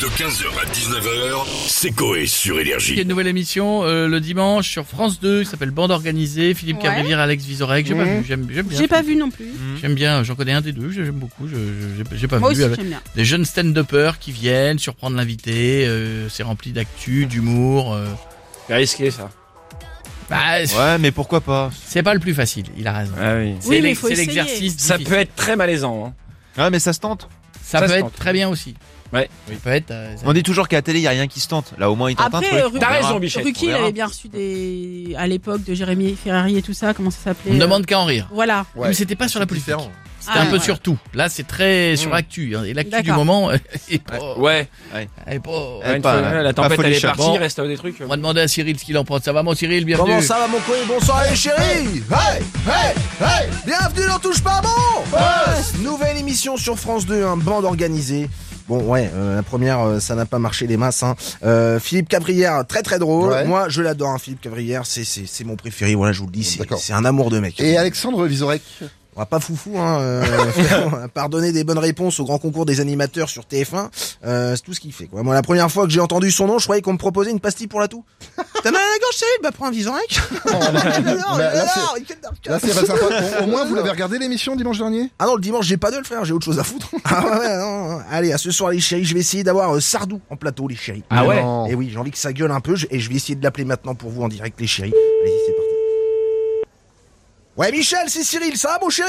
De 15h à 19h, c'est Coé sur Il y a Énergie. une nouvelle émission euh, le dimanche sur France 2 qui s'appelle Bande Organisée. Philippe Ouais. Carrivière, Alex Vizorek. J'ai pas Ouais. vu, j'aime j'aime bien. J'ai pas vu non plus. J'aime bien, j'en connais un des deux, j'aime beaucoup. je- je- J'ai j'ai pas Moi vu. aussi avec- j'aime bien. Des jeunes stand-uppers qui viennent surprendre l'invité. euh, c'est rempli d'actu, d'humour. euh. C'est risqué ça. Bah, c'est- Ouais, mais pourquoi pas c'est pas le plus facile, il a raison. Ah oui. C'est Oui, mais l'ex- faut c'est essayer. l'exercice. Ça difficile. peut être très malaisant. Hein. Ouais, Ah, mais ça se tente. ça ça peut se être tente. très bien aussi. Ouais. Ça peut être. euh, ça- On dit toujours qu'à la télé, il y a rien qui se tente. Là, au moins, il tente Après, un euh, truc. Ruquier- T'as raison, Bichette. Ruki, il verra. avait bien reçu des à l'époque de Jérémy Ferrari et tout ça, comment ça s'appelait on ne euh, demande qu'à en rire. Voilà. Mais c'était pas sur la politique. C'était Ah, un peu ouais. sur tout. Là, c'est très sur Mm. l'actu. hein, Et l'actu du D'accord. moment. est pas- Ouais. elle est pas- ouais, Eh, une pas, fois- ouais. la tempête Pas elle est folichon. partie, Bon. il reste des trucs. On va demander à Cyril ce qu'il en pense. Ça va, mon Cyril, bienvenue. Comment ça va mon coin Bonsoir les chéris Hey Hey Hey Bienvenue dans Touche pas bon Nouvelle émission sur France 2, un bande organisée. Bon ouais, euh, la première euh, ça n'a pas marché les masses. Hein. Euh, Philippe Cavrière, très très drôle. Ouais. Moi je l'adore, hein, Philippe Cavrière, c'est c'est c'est mon préféré. Voilà, je vous le dis, c'est D'accord. c'est un amour de mec. Et Alexandre Vizorek On va pas foufou, hein. euh, frérot, hein, pardonner des bonnes réponses au grand concours des animateurs sur TF1. euh, c'est tout ce qu'il fait, quoi. Moi, la première fois que j'ai entendu son nom, je croyais qu'on me proposait une pastille pour la toux. T'as mal à la gorge, Cyril Bah, prends un Vizorek. Il adore, il Bah, Oh, là, adore, il adore. Là, Ah, c'est pas sympa. Au, au moins, vous l'avez regardé l'émission dimanche dernier Ah non, le dimanche, j'ai pas de le frère, j'ai autre chose à foutre. Ah ouais, ouais, non, non. Allez, à ce soir, les chéris, je vais essayer d'avoir euh, Sardou en plateau, les chéris. Ah ouais Non. Et oui, j'ai envie que ça gueule un peu, je- et je vais essayer de l'appeler maintenant pour vous en direct, les chéris. Allez-y, c'est parti. Ouais, Michel, c'est Cyril, ça va, mon chéri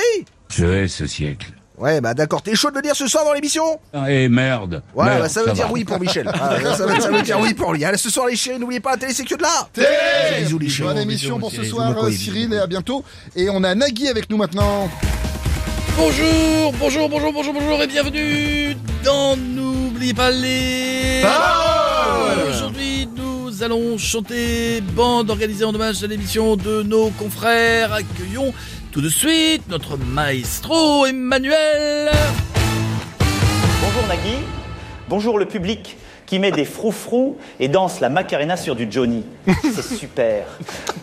Je hais ce siècle. Ouais, bah d'accord, t'es chaud de le dire ce soir dans l'émission Eh merde. Ouais, Merde, bah, ça veut dire va. oui pour Michel. Ah, ça, veut, ça veut dire oui pour lui. Allez, ce soir, les chéris, n'oubliez pas la télé, c'est que de là. Bisous, les chéris. Bonne émission pour ce Bisous, soir, Moko, euh, et Cyril, bisous. et à bientôt. Et on a Nagui avec nous maintenant. Bonjour, bonjour, bonjour, bonjour, bonjour et bienvenue dans N'oubliez pas les paroles. Aujourd'hui, nous allons chanter bande organisée en hommage à l'émission de nos confrères. Accueillons tout de suite notre maestro Emmanuel. Bonjour Nagui, bonjour le public qui met des froufrous et danse la Macarena sur du Johnny. C'est super.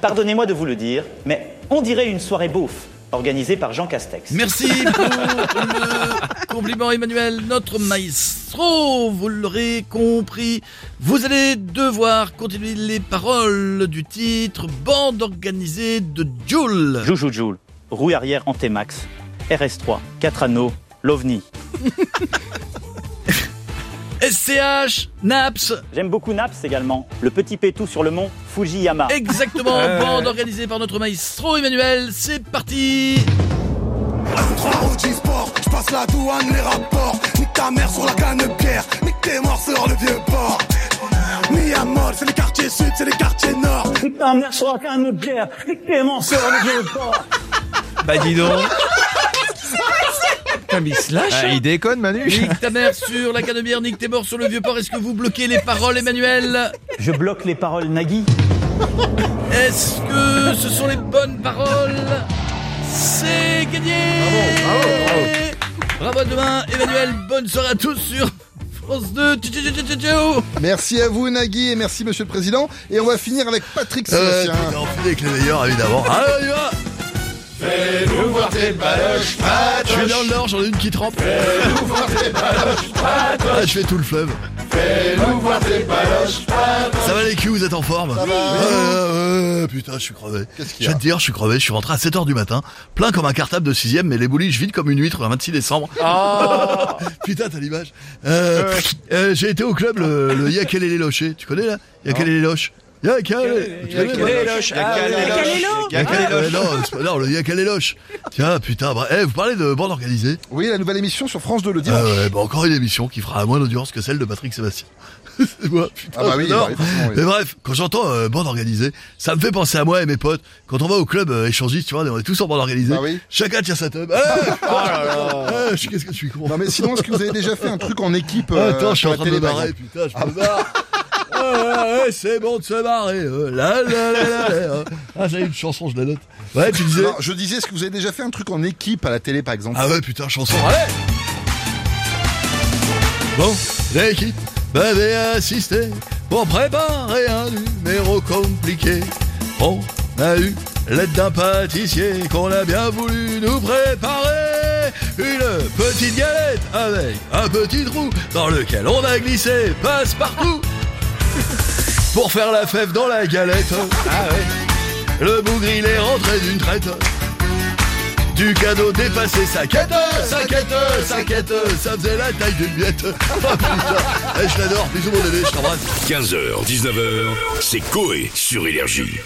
Pardonnez-moi de vous le dire, mais on dirait une soirée beauf organisée par Jean Castex. Merci pour le compliment Emmanuel, notre maestro, vous l'aurez compris. Vous allez devoir continuer les paroles du titre Bande organisée de Jules. Joujou Joule, roue arrière en T-Max, RS3, 4 anneaux, l'OVNI. SCH, Naps, J'aime beaucoup Naps également, le petit pétou sur le mont Fujiyama. exactement, Ouais. bande organisée par notre maestro Emmanuel, c'est parti sport, je passe la douane, les rapports. Nique ta mère sur la canne pierre, nique tes morts sur le vieux port. Miamol, c'est les quartiers sud, c'est les quartiers nord. Bah dis donc. Putain, mais il se lâche. Ah, il déconne, Manu Nique ta mère sur la canne de bière, nique tes morts sur le vieux port, est-ce que vous bloquez les paroles Emmanuel Je bloque les paroles Nagui. Est-ce que ce sont les bonnes paroles C'est gagné Bravo, à demain Emmanuel, bonne soirée à tous sur France 2. Tchou, tchou, tchou, tchou, tchou. Merci à vous, Nagui, et merci, monsieur le président. Et on va finir avec Patrick Euh, Sébastien. avec les meilleurs, évidemment. Allez, on y va Fais-nous voir tes baloches, Je suis dans le Nord, j'en ai une qui trempe. Ah, je fais tout le fleuve. Fais-nous voir tes baloches. Ça va les culs, vous êtes en forme Ça va. Ouais, ouais, ouais, Putain, je suis crevé. Qu'est-ce qu'il y Je vais a te dire, je suis crevé, je suis rentré à 7h du matin, plein comme un cartable de 6ème, mais les bouliches vides comme une huître le 26 décembre. Oh. Putain, t'as l'image. Euh, euh, J'ai été au club, le, le Yakel et les Lochers. Tu connais là Yakel et les Loches Yakel Tu connais, Les loches. Ah, Yakel les et loches. Calello Yakel et les Loches. Ouais, non, c'est pas- Non, le Yakel et les Loches. Tiens, putain, bah, eh, vous parlez de bande organisée Oui, la nouvelle émission sur France 2 le Ah dimanche. ouais, bah encore une émission qui fera moins d'audience que celle de Patrick Sébastien. C'est moi, putain, Ah bah oui, j'adore. bah oui, forcément, oui. Mais bref, quand j'entends euh, bande organisée, ça me fait penser à moi et mes potes. Quand on va au club euh, échangiste, tu vois, on est tous en bande organisée. Bah oui. Chacun tient sa teub. Eh, eh, je suis- Qu'est-ce que je suis con. Non, mais sinon, est-ce que vous avez déjà fait un truc en équipe euh, Attends, je suis pour en train de la me télé, par marrer, exemple Eh, putain, je me Ah, marre. Ouais, ouais, ouais, eh, c'est bon de se marrer. euh, la, la, la, la, la. Ah, j'avais une chanson, je la note. Ouais, tu disais. Non, je disais, est-ce que vous avez déjà fait un truc en équipe à la télé, par exemple Ah ouais, putain, chanson. Allez Bon, l'équipe m'avait assisté pour préparer un numéro compliqué. On a eu l'aide d'un pâtissier qu'on a bien voulu nous préparer. une petite galette avec un petit trou dans lequel on a glissé passe partout pour faire la fève dans la galette. Ah ouais. Le bougre il est rentré d'une traite. Du cadeau dépassé sa quête, sa quête, sa quête, ça faisait la taille d'une miette. Oh putain, Eh, je l'adore, bisous mon bébé, je t'embrasse. 15h, 19h, c'est Coé sur Énergie.